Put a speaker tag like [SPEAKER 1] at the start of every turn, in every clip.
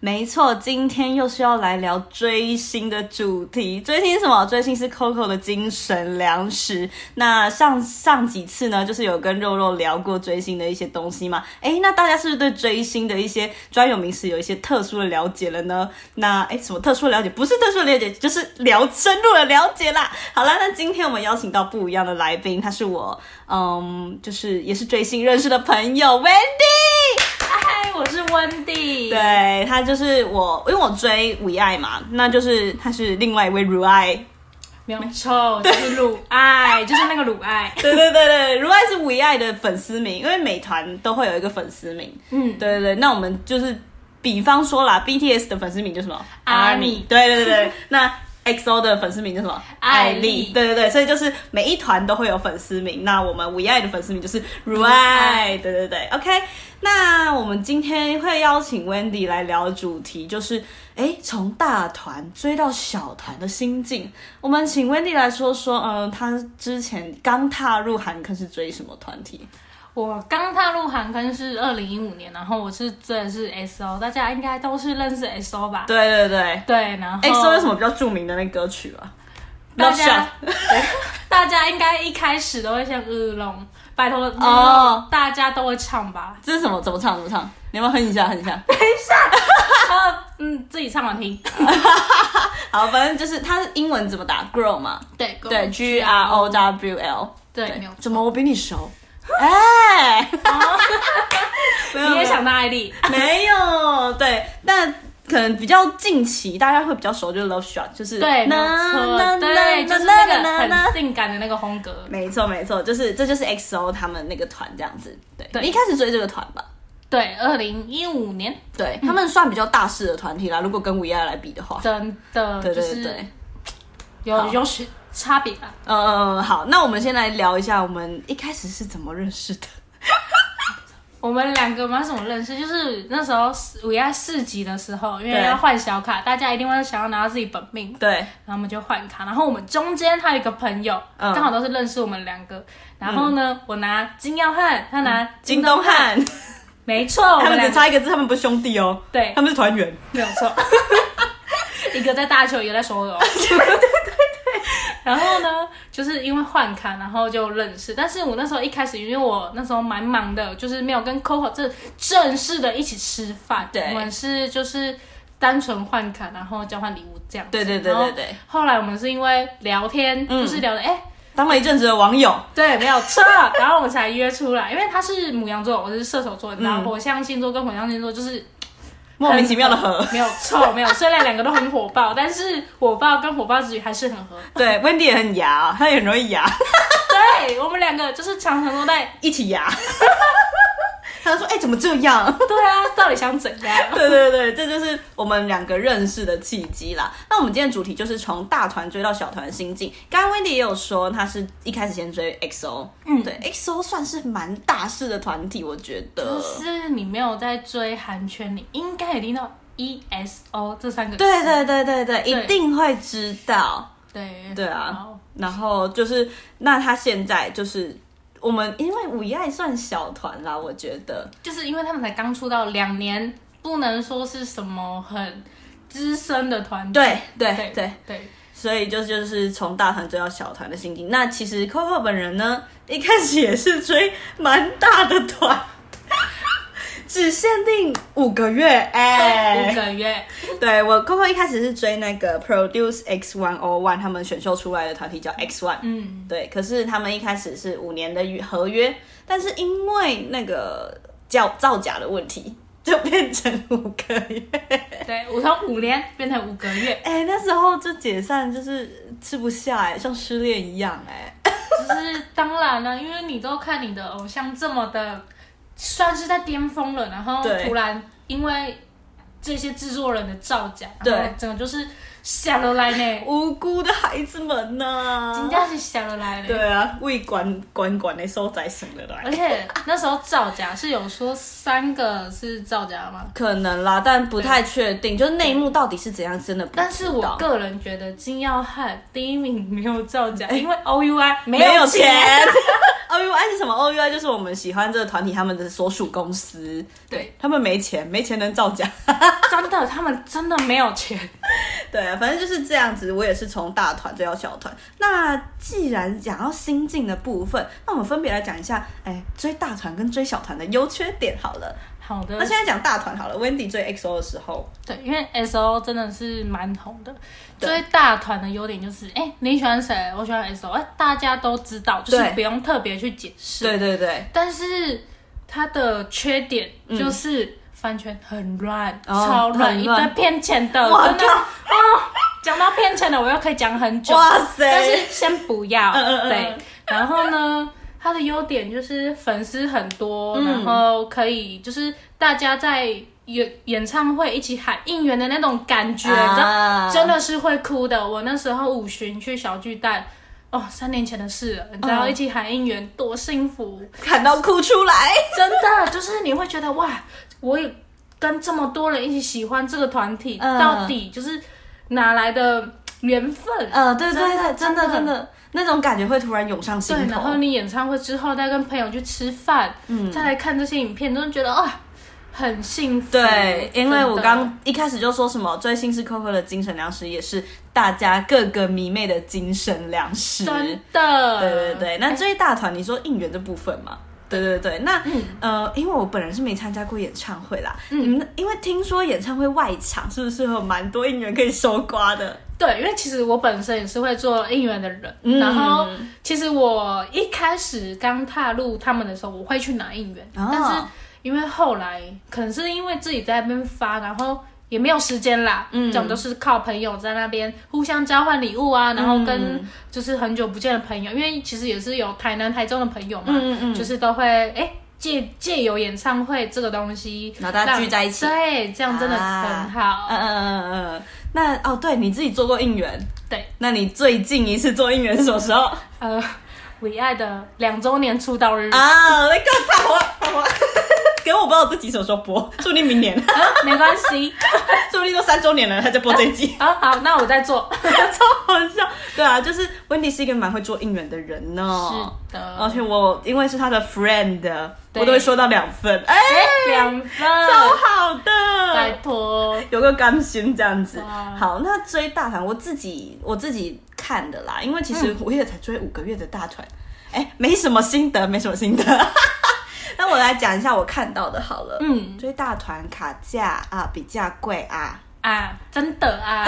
[SPEAKER 1] 没错，今天又是要来聊追星的主题。追星是什么？追星是 Coco 的精神粮食。那上上几次呢，就是有跟肉肉聊过追星的一些东西嘛。诶，哎那大家是不是对追星的一些专有名词有一些特殊的了解了呢？那诶，什么特殊了解？不是特殊了解，就是聊深入的了解啦。好啦，那今天我们邀请到不一样的来宾，他是我嗯，就是也是追星认识的朋友 Wendy。
[SPEAKER 2] 嗨，我是温蒂。，
[SPEAKER 1] 对他就是我，因为我追五一爱嘛，那就是他是另外一位如爱，
[SPEAKER 2] 没有错，就是鲁爱， 就是那个鲁爱。
[SPEAKER 1] 对对对对，如爱是五一爱的粉丝名，因为美团都会有一个粉丝名，
[SPEAKER 2] 嗯，
[SPEAKER 1] 对对对，那我们就是比方说啦，BTS 的粉丝名叫什么
[SPEAKER 2] Army
[SPEAKER 1] 对对对对，那 XO 的粉丝名叫什么？
[SPEAKER 2] 艾丽
[SPEAKER 1] 对对对，所以就是每一团都会有粉丝名，那我们五一爱的粉丝名就是如爱，对对对，OK。那我们今天会邀请 Wendy 来聊的主题，就是哎，从大团追到小团的心境。我们请 Wendy 来说说，嗯、她之前刚踏入韩坑是追什么团体？
[SPEAKER 2] 我刚踏入韩坑是二零一五年，然后我是真的是 SO，大家应该都是认识 SO 吧？
[SPEAKER 1] 对对对，
[SPEAKER 2] 对，然后
[SPEAKER 1] XO 有什么比较著名的那歌曲啊吗？
[SPEAKER 2] 大
[SPEAKER 1] Love Shot
[SPEAKER 2] 家大家应该一开始都会像乌龙，拜托
[SPEAKER 1] 哦
[SPEAKER 2] 哦，大家都会唱吧？
[SPEAKER 1] 这是什么？怎么唱？怎么唱？你要不要哼一下？哼一下。
[SPEAKER 2] 呃，嗯，自己唱完听。
[SPEAKER 1] 好，反正就是它是英文怎么打？Grow 嘛，
[SPEAKER 2] 对
[SPEAKER 1] 对，G R O W L。
[SPEAKER 2] 对，没有。哦
[SPEAKER 1] 怎么我比你 熟？哎，没有
[SPEAKER 2] 你也想到艾丽？
[SPEAKER 1] 没有？对，但可能比较近期大家会比较熟，就是 Love Shot，就是
[SPEAKER 2] 对，没 有错，对，就是那个很性感的那个风格。
[SPEAKER 1] 没错没错，就是这就是 XO 他们那个团这样子。对，
[SPEAKER 2] 对
[SPEAKER 1] 你一开始追这个团吧。
[SPEAKER 2] 对，二零一五年，
[SPEAKER 1] 对他们算比较大势的团体啦，如果跟 We Are 来比的话，
[SPEAKER 2] 真的
[SPEAKER 1] 对
[SPEAKER 2] 就
[SPEAKER 1] 对
[SPEAKER 2] 是
[SPEAKER 1] 对，好
[SPEAKER 2] 有有许差别吧。
[SPEAKER 1] 嗯嗯嗯，好，那我们先来聊一下我们一开始是怎么认识的。
[SPEAKER 2] 我们两个嘛怎么认识？就是那时候五一四级的时候，因为
[SPEAKER 1] 对
[SPEAKER 2] 要换小卡，大家一定会想要拿到自己本命，
[SPEAKER 1] 对，
[SPEAKER 2] 然后我们就换卡。然后我们中间还有一个朋友，
[SPEAKER 1] 嗯
[SPEAKER 2] 刚好都是认识我们两个。然后呢，我拿金耀汉，他拿
[SPEAKER 1] 金东
[SPEAKER 2] 汉，
[SPEAKER 1] 汉，
[SPEAKER 2] 没错，我
[SPEAKER 1] 嗯他
[SPEAKER 2] 们
[SPEAKER 1] 们
[SPEAKER 2] 两
[SPEAKER 1] 只
[SPEAKER 2] 个
[SPEAKER 1] 差一哦个字，他们不是兄弟哦，
[SPEAKER 2] 对
[SPEAKER 1] 他们是团员。
[SPEAKER 2] 没有错， 一个在大邱，一个在首 尔。然后呢，就是因为换卡，然后就认识。但是我那时候一开始，因为我那时候蛮忙的，就是没有跟 Coco 正正式的一起吃饭。
[SPEAKER 1] 对
[SPEAKER 2] 我们是就是单纯换卡，然后交换礼物这样子。
[SPEAKER 1] 对对对
[SPEAKER 2] 然后
[SPEAKER 1] 对嗯对，
[SPEAKER 2] 后来我们是因为聊天，就是聊的哎、
[SPEAKER 1] 当了一阵子的网友，
[SPEAKER 2] 对，没有错。然后我们才约出来，因为他是母羊座，我是射手座，你
[SPEAKER 1] 嗯
[SPEAKER 2] 知道，火象星座跟火象星座就是
[SPEAKER 1] 莫名其妙的 合。
[SPEAKER 2] 没有错，没有。虽然两个都很火爆，但是火爆跟火爆之余还是很合。
[SPEAKER 1] 对，Wendy 也很牙，他也很容易牙，
[SPEAKER 2] 对我们两个就是常常都在，
[SPEAKER 1] 一起 牙。他就说：“哎、怎么这样？”
[SPEAKER 2] 对啊，到底想怎 样？
[SPEAKER 1] 对对对，这就是我们两个认识的契机啦。那我们今天的主题就是从大团追到小团的心境。刚刚 Wendy 也有说，她是一开始先追 XO，嗯，对，XO 算是蛮大势的团体，我觉得
[SPEAKER 2] 就。是你没有在追韩圈，你应该也听到 ESO 这三个字。
[SPEAKER 1] 对对对对对，一定会知道。
[SPEAKER 2] 对
[SPEAKER 1] 对
[SPEAKER 2] 然
[SPEAKER 1] 啊
[SPEAKER 2] 后，
[SPEAKER 1] 然后就是，那他现在就是我们，因为五一爱算小团啦，我觉得。
[SPEAKER 2] 就是因为他们才刚出道两年，不能说是什么很资深的团队。
[SPEAKER 1] 对对
[SPEAKER 2] 对
[SPEAKER 1] 对，
[SPEAKER 2] 对，
[SPEAKER 1] 所以就就是从大团追到小团的心境。那其实 Coco 本人呢，一开始也是追蛮大的团， 只限定五个月。哎、
[SPEAKER 2] 五个月。
[SPEAKER 1] 对我 Coco 一开始是追那个 Produce X One O One 他们选秀出来的团体叫 X One，
[SPEAKER 2] 嗯，
[SPEAKER 1] 对，可是他们一开始是五年的合约，但是因为那个叫造假的问题， 就变成五个月。
[SPEAKER 2] 对，我从五年变成五个月，
[SPEAKER 1] 哎、那时候就解散就是吃不下哎、像失恋一样哎、
[SPEAKER 2] 就是当然了，因为你都看你的偶像这么的，算是在巅峰了，然后
[SPEAKER 1] 对
[SPEAKER 2] 突然因为这些制作人的造假，
[SPEAKER 1] 对
[SPEAKER 2] 然后整个就是下落来 呢，
[SPEAKER 1] 无辜的孩子们呐、
[SPEAKER 2] 真正是下落来呢。
[SPEAKER 1] 对啊，为管管管的所在省的
[SPEAKER 2] 而
[SPEAKER 1] 来。
[SPEAKER 2] 且那时候造假是有说三个是造假吗？
[SPEAKER 1] 可能啦，但不太确定，就是内幕到底是怎样，真的不知道。
[SPEAKER 2] 但是我个人觉得金耀汉第一名没有造假，因为 O U I 没
[SPEAKER 1] 哎没有
[SPEAKER 2] 钱
[SPEAKER 1] 钱。OUI 哦是什么？OUI 就是我们喜欢这个团体他们的所属公司，
[SPEAKER 2] 对，
[SPEAKER 1] 他们没钱，没钱能造假。
[SPEAKER 2] 真的，他们真的没有钱。
[SPEAKER 1] 对啊，反正就是这样子。我也是从大团追到小团。那既然讲到心境的部分，那我们分别来讲一下，哎，追大团跟追小团的优缺点好了。
[SPEAKER 2] 好的
[SPEAKER 1] 那，现在讲大团好了，Wendy 追 XO 的时候，
[SPEAKER 2] 对，因为 S O 真的是蛮红的。最大团的优点就是，哎、你喜欢谁？我喜欢 S O，哎，大家都知道，就是
[SPEAKER 1] 对
[SPEAKER 2] 不用特别去解释。
[SPEAKER 1] 对对对，
[SPEAKER 2] 但是它的缺点就是饭圈很乱，
[SPEAKER 1] 嗯哦
[SPEAKER 2] 超乱，
[SPEAKER 1] 很
[SPEAKER 2] 一堆
[SPEAKER 1] 乱
[SPEAKER 2] 骗钱的，
[SPEAKER 1] 哇
[SPEAKER 2] 真的
[SPEAKER 1] 靠
[SPEAKER 2] 啊！讲、到骗钱的，我又可以讲很久。
[SPEAKER 1] 哇塞
[SPEAKER 2] 但是先不要，
[SPEAKER 1] 嗯嗯嗯
[SPEAKER 2] 对。然后呢，它的优点就是粉丝很多，
[SPEAKER 1] 嗯
[SPEAKER 2] 然后可以就是大家在演演唱会一起喊应援的那种感觉，你知道
[SPEAKER 1] 啊
[SPEAKER 2] 真的是会哭的。我那时候五旬去小巨蛋，哦，三年前的事了，你知道
[SPEAKER 1] 嗯
[SPEAKER 2] 一起喊应援多 幸福，
[SPEAKER 1] 看到哭出来。
[SPEAKER 2] 真的就是你会觉得哇，我也跟这么多人一起喜欢这个团体，
[SPEAKER 1] 嗯
[SPEAKER 2] 到底就是哪来的缘分？
[SPEAKER 1] 呃，对对对，真
[SPEAKER 2] 真的
[SPEAKER 1] 的
[SPEAKER 2] 真
[SPEAKER 1] 真的，那种感觉会突然涌上心
[SPEAKER 2] 对，然
[SPEAKER 1] 头嗯
[SPEAKER 2] 后。你演唱会之后再跟朋友去吃饭，再来看这些影片，真的觉得哇、很幸福。
[SPEAKER 1] 对，因为我
[SPEAKER 2] 真的
[SPEAKER 1] 刚一开始就说什么追星是 Coco 的精神粮食，也是大家各个迷妹的精神粮食。
[SPEAKER 2] 真的，
[SPEAKER 1] 对对对，那这一大团，你说应援这部分嘛？对对对，那、
[SPEAKER 2] 嗯
[SPEAKER 1] 呃，因为我本人是没参加过演唱会啦，你们因为听说演唱会外场是不是有蛮多应援可以收刮的？
[SPEAKER 2] 对，因为其实我本身也是会做应援的人，
[SPEAKER 1] 嗯
[SPEAKER 2] 然后其实我一开始刚踏入他们的时候，我会去拿应援，
[SPEAKER 1] 哦
[SPEAKER 2] 但是因为后来可能是因为自己在那边发，然后也没有时间啦，嗯，这种都是靠朋友在那边互相交换礼物啊，然后跟
[SPEAKER 1] 嗯
[SPEAKER 2] 就是很久不见的朋友，因为其实也是有台南、台中的朋友嘛，
[SPEAKER 1] 嗯嗯嗯
[SPEAKER 2] 就是都会哎。借借由演唱会这个东西，
[SPEAKER 1] 然后大家
[SPEAKER 2] 让
[SPEAKER 1] 聚在一起
[SPEAKER 2] 对，这样真的
[SPEAKER 1] 啊
[SPEAKER 2] 很好。
[SPEAKER 1] 嗯嗯嗯嗯嗯，那哦，对你自己做过应援，
[SPEAKER 2] 对，
[SPEAKER 1] 那你最近一次做应援是什么时候？
[SPEAKER 2] 呃， 伟爱的两周年出道日，
[SPEAKER 1] 啊，那个大花大花，可是我不知道这集什么时候播，说不定明年，
[SPEAKER 2] 啊没关系。
[SPEAKER 1] 说不定都三周年了，他就播这一集。
[SPEAKER 2] 好好，那我再 做。
[SPEAKER 1] 超好笑。对啊，就是温迪是一个蛮会做应援的人呢、
[SPEAKER 2] 是的
[SPEAKER 1] 而且我因哦为是他的 friend，
[SPEAKER 2] 对
[SPEAKER 1] 我都会收到两份，哎、
[SPEAKER 2] 两
[SPEAKER 1] 超
[SPEAKER 2] 分，
[SPEAKER 1] 好
[SPEAKER 2] 拜
[SPEAKER 1] 的，
[SPEAKER 2] 托。
[SPEAKER 1] 有个甘心这样子
[SPEAKER 2] 哇。
[SPEAKER 1] 好，那追大团，我自己我自己看的啦，因为其
[SPEAKER 2] 嗯
[SPEAKER 1] 实我也才追五个月的大团，哎、没什么心得，没什么心得。 那我来讲一下我看到的好了，
[SPEAKER 2] 嗯
[SPEAKER 1] 追大团卡价啊，比价贵啊，
[SPEAKER 2] 啊，真的 啊，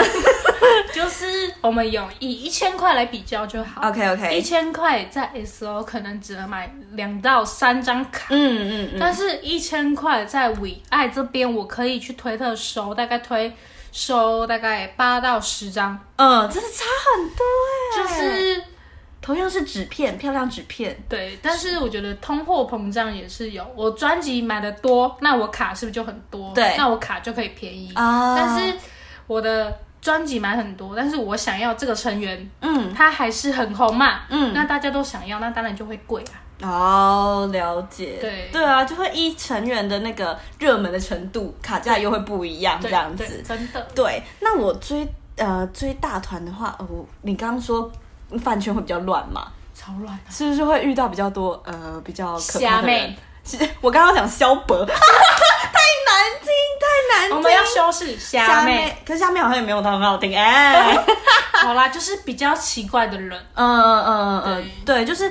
[SPEAKER 2] 就是我们有以一千块来比较就好。
[SPEAKER 1] OK，OK
[SPEAKER 2] 一千块在 SO 可能只能买两到三张卡。
[SPEAKER 1] 嗯嗯嗯，
[SPEAKER 2] 但是，一千块在伟爱这边，我可以去推特收，大概推收大概八到十张，
[SPEAKER 1] 嗯，真的差很多哎、
[SPEAKER 2] 就是
[SPEAKER 1] 同样是纸片，漂亮纸片，
[SPEAKER 2] 对，但是我觉得通货膨胀也是有，我专辑买的多，那我卡是不是就很多？
[SPEAKER 1] 对
[SPEAKER 2] 那我卡就可以便宜。
[SPEAKER 1] 啊
[SPEAKER 2] 嗯但是我的专辑买很多，但是我想要这个成员，
[SPEAKER 1] 嗯，
[SPEAKER 2] 他还是很红嘛，
[SPEAKER 1] 嗯
[SPEAKER 2] 那大家都想要，那当然就会贵啊。
[SPEAKER 1] 哦，了解，
[SPEAKER 2] 对
[SPEAKER 1] 对啊，就会依成员的那个热门的程度，卡价又会不一样，这
[SPEAKER 2] 对
[SPEAKER 1] 样
[SPEAKER 2] 对
[SPEAKER 1] 子。
[SPEAKER 2] 真的。
[SPEAKER 1] 对，那我追呃追大团的话，哦，我你刚刚说饭圈会比较乱嘛，
[SPEAKER 2] 超乱啊！
[SPEAKER 1] 是不是会遇到比较多呃比较可怕
[SPEAKER 2] 虾
[SPEAKER 1] 的人
[SPEAKER 2] 妹？
[SPEAKER 1] 是我刚刚讲萧 伯，太难听，太难听。
[SPEAKER 2] 我们要修饰虾
[SPEAKER 1] 虾
[SPEAKER 2] 妹，
[SPEAKER 1] 妹，可是虾妹好像也没有到很好听哎。
[SPEAKER 2] 好啦，就是比较奇怪的人，
[SPEAKER 1] 嗯嗯嗯嗯，嗯，对，就是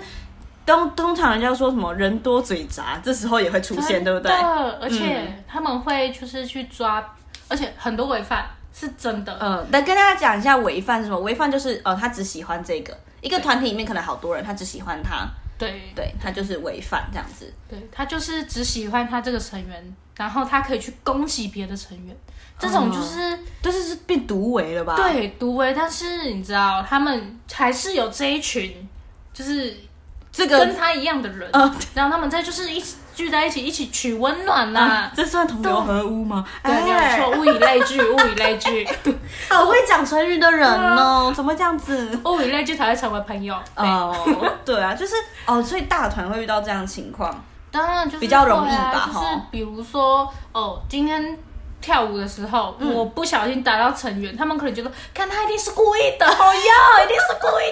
[SPEAKER 1] 通通常人家说什么人多嘴杂，这时候也会出现，对不对嗯
[SPEAKER 2] 真？的而且他们会就是去抓，而且很多违反是真的，
[SPEAKER 1] 嗯，来跟大家讲一下违犯是什么？违犯就是呃，他只喜欢这个一个团体里面可能好多人，他只喜欢他，
[SPEAKER 2] 对
[SPEAKER 1] 对他就是违犯这样子。
[SPEAKER 2] 对他就是只喜欢他这个成员，然后他可以去攻击别的成员，这种就是、
[SPEAKER 1] 但是是变独为了吧？，
[SPEAKER 2] 对独为。但是你知道，他们还是有这一群，就是
[SPEAKER 1] 这个
[SPEAKER 2] 跟他一样的人，
[SPEAKER 1] 嗯
[SPEAKER 2] 然后他们在就是一聚在一起，一起取温暖呐、
[SPEAKER 1] 啊这算同流合污吗？
[SPEAKER 2] 啊对，没有
[SPEAKER 1] 哎
[SPEAKER 2] 错，物以类聚，物以类聚，
[SPEAKER 1] 好会讲成语的人哦，怎么会这样子？
[SPEAKER 2] 物以类聚才会成为朋友。啊对，
[SPEAKER 1] 哦，对啊，就是哦，所以大团会遇到这样的情 况，
[SPEAKER 2] 当然就是
[SPEAKER 1] 比较容易
[SPEAKER 2] 会啊
[SPEAKER 1] 吧
[SPEAKER 2] 就是
[SPEAKER 1] 吼
[SPEAKER 2] 比如说，哦，今天跳舞的时候，
[SPEAKER 1] 嗯
[SPEAKER 2] 我不小心打到成员，他们可能觉得，看他一定是故意 的，好呀，一定是故意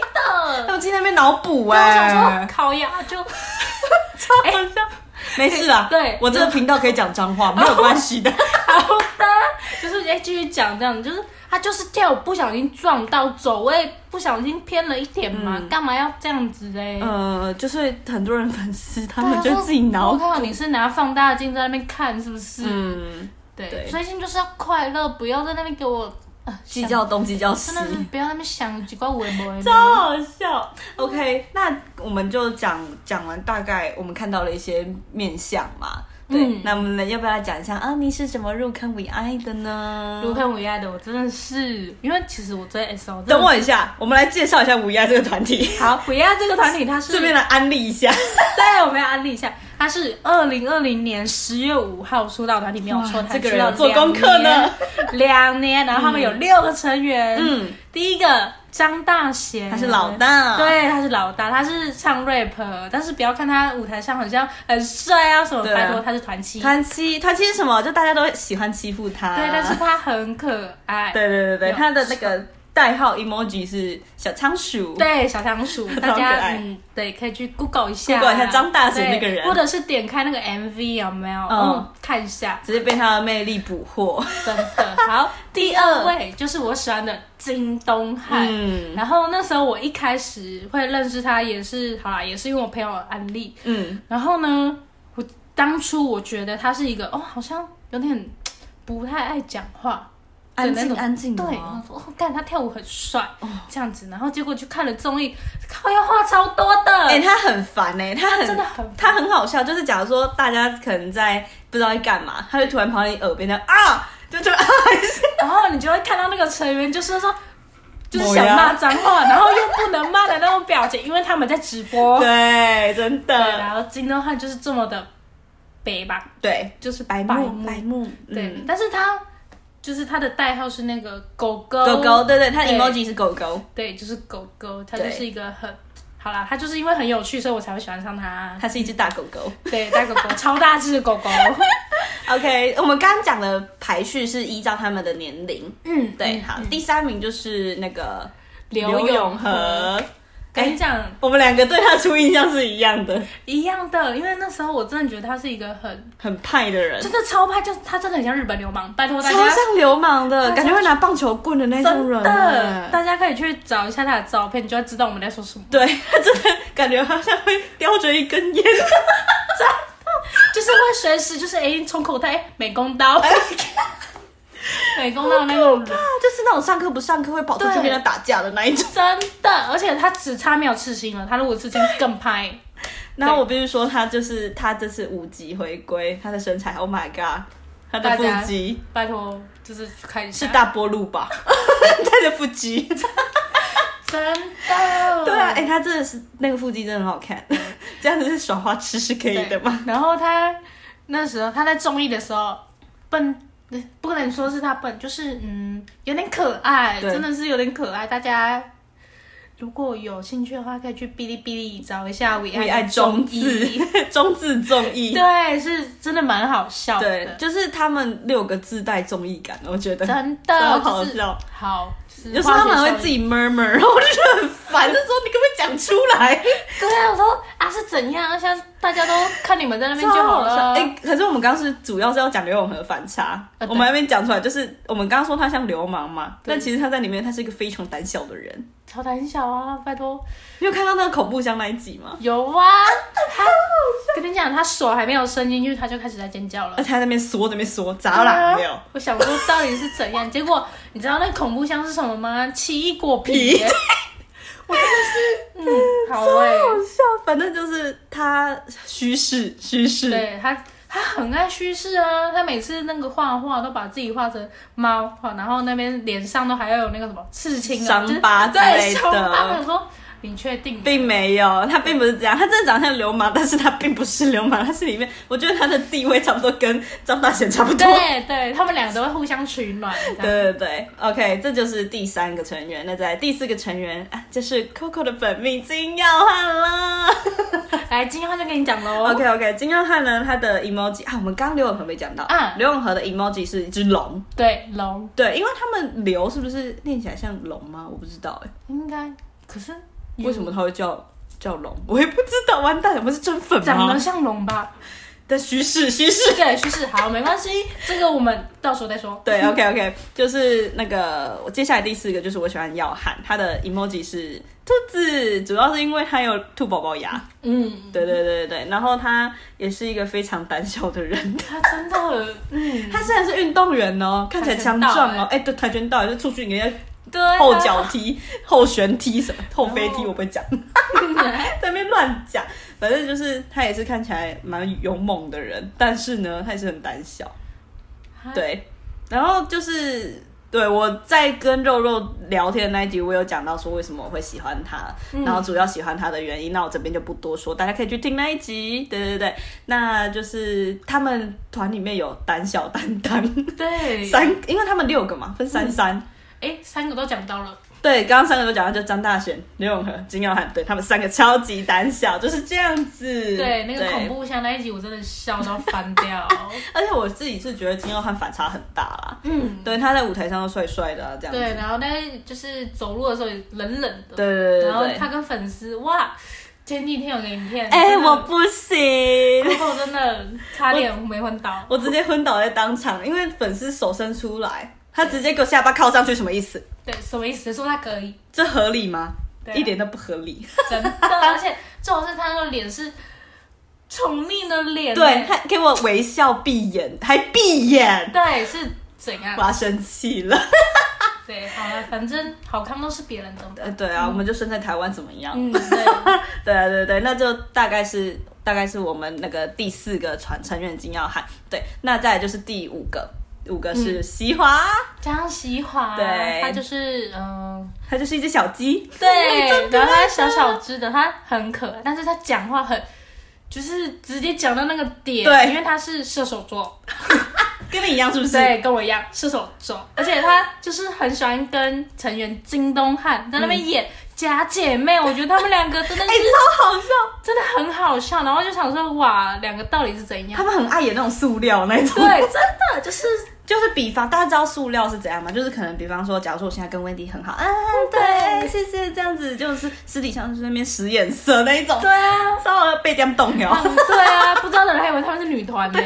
[SPEAKER 2] 的。
[SPEAKER 1] 他们今天在那边脑补
[SPEAKER 2] 我想
[SPEAKER 1] 哎
[SPEAKER 2] 说，，烤鸭就 哎
[SPEAKER 1] 超好笑。没事啦，
[SPEAKER 2] 对
[SPEAKER 1] 我这个频道可以讲脏话，没有关系 的。
[SPEAKER 2] 好的，就是哎，继续讲这样，就是他就是跳舞不小心撞到走位，不小心偏了一点嘛，
[SPEAKER 1] 嗯
[SPEAKER 2] 干嘛要这样子嘞？
[SPEAKER 1] 呃，就是很多人粉丝他
[SPEAKER 2] 对啊
[SPEAKER 1] 们就自己
[SPEAKER 2] 说
[SPEAKER 1] 挠
[SPEAKER 2] 我，靠，你是拿放大镜在那边看是不是？
[SPEAKER 1] 嗯，
[SPEAKER 2] 对，
[SPEAKER 1] 对
[SPEAKER 2] 追星就是要快乐，不要在那边给我呃
[SPEAKER 1] 计较东计较西
[SPEAKER 2] 想，真的是不要在那边想几怪微博。
[SPEAKER 1] 超好笑。OK，那我们就讲讲完大概我们看到了一些面相嘛。对，
[SPEAKER 2] 嗯
[SPEAKER 1] 那我们来要不要来讲一下啊？你是怎么入坑为爱的呢？
[SPEAKER 2] 如看我爱的，我真的是，因为其实我追 S O，
[SPEAKER 1] 等我一下，我们来介绍一下五一爱这个团体，
[SPEAKER 2] 好，虎亚这个团体它 是
[SPEAKER 1] 顺便来安利一下。
[SPEAKER 2] 对，我们要安利一下，他是二零二零年十月五号出道团体，没有错，
[SPEAKER 1] 哇
[SPEAKER 2] 他
[SPEAKER 1] 这个
[SPEAKER 2] 出
[SPEAKER 1] 人
[SPEAKER 2] 道
[SPEAKER 1] 有做功课呢
[SPEAKER 2] 两年，两年，然后他们有六个成员，
[SPEAKER 1] 嗯，
[SPEAKER 2] 第一个张大贤，
[SPEAKER 1] 他是老。大，，
[SPEAKER 2] 对，他是老大，他是唱 rap，但是不要看他舞台上好像很帅啊什么，
[SPEAKER 1] 对啊
[SPEAKER 2] 拜托他是团七，对，
[SPEAKER 1] 团欺团欺是什么？就大家都喜欢欺负他。
[SPEAKER 2] 但是他很可爱，
[SPEAKER 1] 对对对对，
[SPEAKER 2] 有
[SPEAKER 1] 他的那个代号 emoji 是小仓鼠。，
[SPEAKER 2] 对，小仓 鼠，大
[SPEAKER 1] 超可
[SPEAKER 2] 家
[SPEAKER 1] 爱
[SPEAKER 2] 嗯，对，可以去 Google 一下
[SPEAKER 1] Google 一下张大贤那个人
[SPEAKER 2] 对或者是点开那个 MV 有没有，
[SPEAKER 1] 嗯
[SPEAKER 2] 嗯，看一下，
[SPEAKER 1] 直接被他的魅力捕获。
[SPEAKER 2] 真 的好。
[SPEAKER 1] 第
[SPEAKER 2] 第
[SPEAKER 1] 二
[SPEAKER 2] 二位就是我喜欢的金东汉。
[SPEAKER 1] 嗯
[SPEAKER 2] 然后那时候我一开始会认识他，也是好啦，也是因为我朋友的安利。
[SPEAKER 1] 嗯，
[SPEAKER 2] 然后呢，我当初我觉得他是一个哦，好像有点不太爱讲话，对
[SPEAKER 1] 安
[SPEAKER 2] 那
[SPEAKER 1] 静
[SPEAKER 2] 种
[SPEAKER 1] 安静的
[SPEAKER 2] 对，
[SPEAKER 1] 吗哦
[SPEAKER 2] 我说哦，干他跳舞很帅，这样子。然后结果去看了综艺，靠，要话超多 的，
[SPEAKER 1] 哎、他很烦哎、他很
[SPEAKER 2] 真的很
[SPEAKER 1] 他很好笑。就是假如说大家可能在不知道在干嘛，他就突然跑到你耳边的啊，就就啊，
[SPEAKER 2] 然后你就会看到那个成员就是说，就是
[SPEAKER 1] 某呀
[SPEAKER 2] 想骂脏话，然后又不能骂的那种表情，因为他们在直播。
[SPEAKER 1] 对，真
[SPEAKER 2] 哦对，啊
[SPEAKER 1] 的，
[SPEAKER 2] 然后金东汉就是这么的北吧，
[SPEAKER 1] 对，
[SPEAKER 2] 就是
[SPEAKER 1] 白
[SPEAKER 2] 白
[SPEAKER 1] 目白目，
[SPEAKER 2] 对，
[SPEAKER 1] 嗯
[SPEAKER 2] 但是他就是他的代号是那个狗狗，
[SPEAKER 1] 狗狗，，对对，他的
[SPEAKER 2] 对
[SPEAKER 1] emoji 是狗狗，
[SPEAKER 2] 对，就是狗狗，他
[SPEAKER 1] 对
[SPEAKER 2] 就是一个很。好啦，他就是因为很有趣，所以我才会喜欢上他。
[SPEAKER 1] 它是一只大狗狗。
[SPEAKER 2] 对，大狗狗，超大只的狗 狗。
[SPEAKER 1] OK，我们刚刚讲的排序是依照他们的年龄。
[SPEAKER 2] 嗯，
[SPEAKER 1] 对，
[SPEAKER 2] 嗯
[SPEAKER 1] 好，第三名就是那个
[SPEAKER 2] 刘
[SPEAKER 1] 永
[SPEAKER 2] 永和，。
[SPEAKER 1] 哎
[SPEAKER 2] 跟你讲、
[SPEAKER 1] 我们两个对他初印象是一样的，
[SPEAKER 2] 一样的，因为那时候我真的觉得他是一个很
[SPEAKER 1] 很派的人，
[SPEAKER 2] 真的超派，就是他真的很像日本流氓。拜托大
[SPEAKER 1] 超
[SPEAKER 2] 家，
[SPEAKER 1] 像流氓的，
[SPEAKER 2] 大家
[SPEAKER 1] 感觉会拿棒球棍的那种
[SPEAKER 2] 真
[SPEAKER 1] 人
[SPEAKER 2] 的，
[SPEAKER 1] 欸。
[SPEAKER 2] 大家可以去找一下他的照片，你就会知道我们在 说什么。
[SPEAKER 1] 对，他真的感觉好像会叼着一根烟，
[SPEAKER 2] 就是会随时就是哎、诶从口袋、诶美工刀，
[SPEAKER 1] 哎
[SPEAKER 2] 美工刀那种 人，
[SPEAKER 1] 就是那种上课不上课会跑出去
[SPEAKER 2] 对
[SPEAKER 1] 跟他打架的那一种。
[SPEAKER 2] 真的，而且他只差没有刺青了，他如果刺青更拍，
[SPEAKER 1] 然后我必须说，他就是他这次五级回归，他的身材，Oh my god，他的
[SPEAKER 2] 大
[SPEAKER 1] 腹
[SPEAKER 2] 家
[SPEAKER 1] 肌
[SPEAKER 2] 拜托就是去看一下，
[SPEAKER 1] 是大波路 吧？他的腹肌，
[SPEAKER 2] 真的，
[SPEAKER 1] 对啊，啊哎、他真的是那个腹肌真的很好看， 这样子是爽花痴是可以的
[SPEAKER 2] 对
[SPEAKER 1] 吗？
[SPEAKER 2] 然后他那时候他在综艺的时候笨。呃不能说是他笨，就是嗯，有点可爱，
[SPEAKER 1] 对
[SPEAKER 2] 真的是有点可爱。大家如果有兴趣的话，可以去哔哩哔哩找一下《为
[SPEAKER 1] 为爱中字
[SPEAKER 2] 医
[SPEAKER 1] 中字综艺，
[SPEAKER 2] 对，是真的蛮好笑的，
[SPEAKER 1] 对，就是他们六个自带综艺感，我觉得
[SPEAKER 2] 真
[SPEAKER 1] 超
[SPEAKER 2] 的
[SPEAKER 1] 好
[SPEAKER 2] 就是
[SPEAKER 1] 笑。
[SPEAKER 2] 好，就是
[SPEAKER 1] 有时候他们
[SPEAKER 2] 化
[SPEAKER 1] 还
[SPEAKER 2] 学
[SPEAKER 1] 会自
[SPEAKER 2] 效应。
[SPEAKER 1] 己 murmur，然后我就觉得很烦，就说你可不可以讲出来？
[SPEAKER 2] 对啊，我说啊是怎样，像大家都看你们 在那边就
[SPEAKER 1] 超
[SPEAKER 2] 好了。
[SPEAKER 1] 笑。哎，可是我们刚刚是主要是要讲刘永和反差，
[SPEAKER 2] 呃对
[SPEAKER 1] 我们还没讲出来，就是我们刚刚说他像流氓嘛，
[SPEAKER 2] 对
[SPEAKER 1] 但其实他在里面他是一个非常胆小的人。
[SPEAKER 2] 超胆小啊，拜托。
[SPEAKER 1] 你有看到那个恐怖箱那一集吗？
[SPEAKER 2] 有啊，他跟你讲，他手还没有伸进去，他就开始在尖叫了
[SPEAKER 1] 而。且他在那边缩，在那边缩，
[SPEAKER 2] 啊
[SPEAKER 1] 砸了没有？
[SPEAKER 2] 我想说到底是怎样，结果你知道那恐怖箱是什么吗？奇异果皮
[SPEAKER 1] 皮
[SPEAKER 2] 耶。 我真的是，嗯，好哎、
[SPEAKER 1] 好笑，反正就是他虚饰虚饰，
[SPEAKER 2] 对他，他很爱虚饰啊。他每次那个画画都把自己画成猫，画然后那边脸上都还要有那个什么刺青啊，
[SPEAKER 1] 伤疤
[SPEAKER 2] 就是
[SPEAKER 1] 之类
[SPEAKER 2] 对，
[SPEAKER 1] 的
[SPEAKER 2] 伤疤。我想说，你确定吗？
[SPEAKER 1] 并没有，他并不是这样，他真的长得像流氓，但是他并不是流氓，他是里面，我觉得他的地位差不多跟张大贤差不多。
[SPEAKER 2] 对对，他们两个都会互相取暖。这样
[SPEAKER 1] 对对对，OK，这就是第三个成员。那在第四个成员啊，就是 Coco 的本命金耀汉了。
[SPEAKER 2] 来，金浩就跟你讲喽。
[SPEAKER 1] OK OK，金耀汉呢，他的 emoji 啊，我们刚刘永和没讲到，
[SPEAKER 2] 啊
[SPEAKER 1] 刘永和的 emoji 是一只龙。
[SPEAKER 2] 对，龙
[SPEAKER 1] 对，因为他们流是不是念起来像龙吗？我不知道哎、
[SPEAKER 2] 应该，可是
[SPEAKER 1] 为什么他会叫叫龙？我也不知道，完蛋了，我们是真粉
[SPEAKER 2] 长得
[SPEAKER 1] 吗？
[SPEAKER 2] 像龙 吧？
[SPEAKER 1] 但虚饰虚饰。
[SPEAKER 2] 对，趋势好，没关系， 这个我们到时候再说。
[SPEAKER 1] 对，OK OK，就是那个，我接下来第四个就是我喜欢耀汉，他的 emoji 是兔子，主要是因为他有兔宝宝牙。
[SPEAKER 2] 嗯，
[SPEAKER 1] 对对对对对，然后他也是一个非常胆小的人。
[SPEAKER 2] 他真的，嗯，
[SPEAKER 1] 他虽然是运动员哦，看起来强壮哦，哎、对，跆拳道也是出去给人家
[SPEAKER 2] 对啊
[SPEAKER 1] 后脚踢、后旋踢什么后飞踢，
[SPEAKER 2] 然后
[SPEAKER 1] 我不会讲，在那边乱讲。反正就是他也是看起来蛮勇猛的人，但是呢，他也是很胆小。对，然后就是对我在跟肉肉聊天的那一集，我有讲到说为什么我会喜欢他，然后主要喜欢他的原因，那我这边就不多说，大家可以去听那一集。对对对，那就是他们团里面有胆小担当
[SPEAKER 2] 对，
[SPEAKER 1] 三，因为他们六个嘛，分三三。
[SPEAKER 2] 哎，三个都讲到了，
[SPEAKER 1] 对，刚刚三个都讲到，就张大贤、刘永和、金耀汉，对他们三个超级胆小，就是这样子。
[SPEAKER 2] 对，那个恐
[SPEAKER 1] 怖。
[SPEAKER 2] 怖箱那一集我真的笑到 翻掉。
[SPEAKER 1] 而且我自己是觉得金耀汉反差很大啦，
[SPEAKER 2] 嗯，
[SPEAKER 1] 对，他在舞台上都帅帅的、啊、这样子。
[SPEAKER 2] 对，然后但是就是走路的时候也冷冷的，
[SPEAKER 1] 对对对对对。
[SPEAKER 2] 然后他跟粉丝哇，前几天有个影片，
[SPEAKER 1] 哎、
[SPEAKER 2] 真的
[SPEAKER 1] 我不行，
[SPEAKER 2] 我真的差点没昏倒。
[SPEAKER 1] 我直接昏倒在当场，因为粉丝手伸出来，他直接给我下巴靠上去，什么意思？
[SPEAKER 2] 对，什么意思？说他可以，
[SPEAKER 1] 这合理吗？
[SPEAKER 2] 对啊
[SPEAKER 1] 一点都不合理。
[SPEAKER 2] 真的，而且重点是他那个脸是宠溺的脸，
[SPEAKER 1] 对，他给我微笑闭眼，还闭眼，
[SPEAKER 2] 对，是怎样
[SPEAKER 1] 我？要生气了。
[SPEAKER 2] 对，好了，反正好康都是别人的。
[SPEAKER 1] 呃，对啊，我们就生在台湾怎么样？
[SPEAKER 2] 嗯，对，
[SPEAKER 1] 对啊，对对，那就大概是大概是我们那个第四个传成员金耀汉。对，那再来就是第五个，五个是
[SPEAKER 2] 嗯
[SPEAKER 1] 西华，
[SPEAKER 2] 江喜华，
[SPEAKER 1] 对
[SPEAKER 2] 他就是嗯，
[SPEAKER 1] 它就是一只小鸡。
[SPEAKER 2] 对，
[SPEAKER 1] 真的
[SPEAKER 2] 然后他小小只的，他很可爱，但是他讲话很。就是直接讲到那个点，
[SPEAKER 1] 对
[SPEAKER 2] 因为他是射手座，
[SPEAKER 1] 跟你一样是哎不是？
[SPEAKER 2] 对，跟我一样射手座，而且他就是很喜欢跟成员金东汉在那边演假姐妹，我觉得他们两个真的
[SPEAKER 1] 嗯哎、
[SPEAKER 2] 是
[SPEAKER 1] 超好笑！
[SPEAKER 2] 真的很好笑，然后就想说哇，两个到底是怎样
[SPEAKER 1] 他？们很爱演那种塑料那种。
[SPEAKER 2] 对，真的就是
[SPEAKER 1] 就是比方，大家知道塑料是怎样吗？就是可能，比方说，假如说我现在跟温迪很好，啊，对，谢谢，这样子就是私底下就是那边使眼色那一种，
[SPEAKER 2] 对啊，
[SPEAKER 1] 稍微被这样动 摇。
[SPEAKER 2] 嗯对啊，不知道的人还以为他们是女团呢、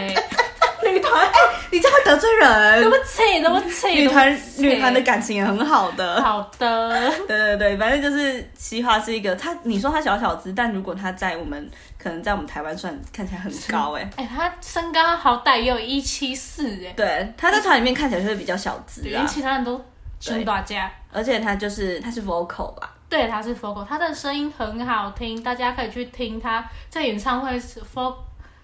[SPEAKER 1] 女团，哎、你这样会得罪
[SPEAKER 2] 对
[SPEAKER 1] 人
[SPEAKER 2] 不。起，对不起，
[SPEAKER 1] 女团
[SPEAKER 2] 对不起
[SPEAKER 1] 女团的感情也很好的，
[SPEAKER 2] 好的，
[SPEAKER 1] 对对对，反正就是西华是一个他，你说他小小只，但如果他在我们可能在我们台湾算看起来很高哎、
[SPEAKER 2] 哎、他身高好歹也有一七四哎，
[SPEAKER 1] 对，他在团里面看起来就是比较小只
[SPEAKER 2] 对因
[SPEAKER 1] 啊
[SPEAKER 2] 为，其他人都胸大家。
[SPEAKER 1] 而且他就是他是 vocal 吧，
[SPEAKER 2] 对，他是 Fogo，他的声音很好听，大家可以去听他在演唱会是 Fogo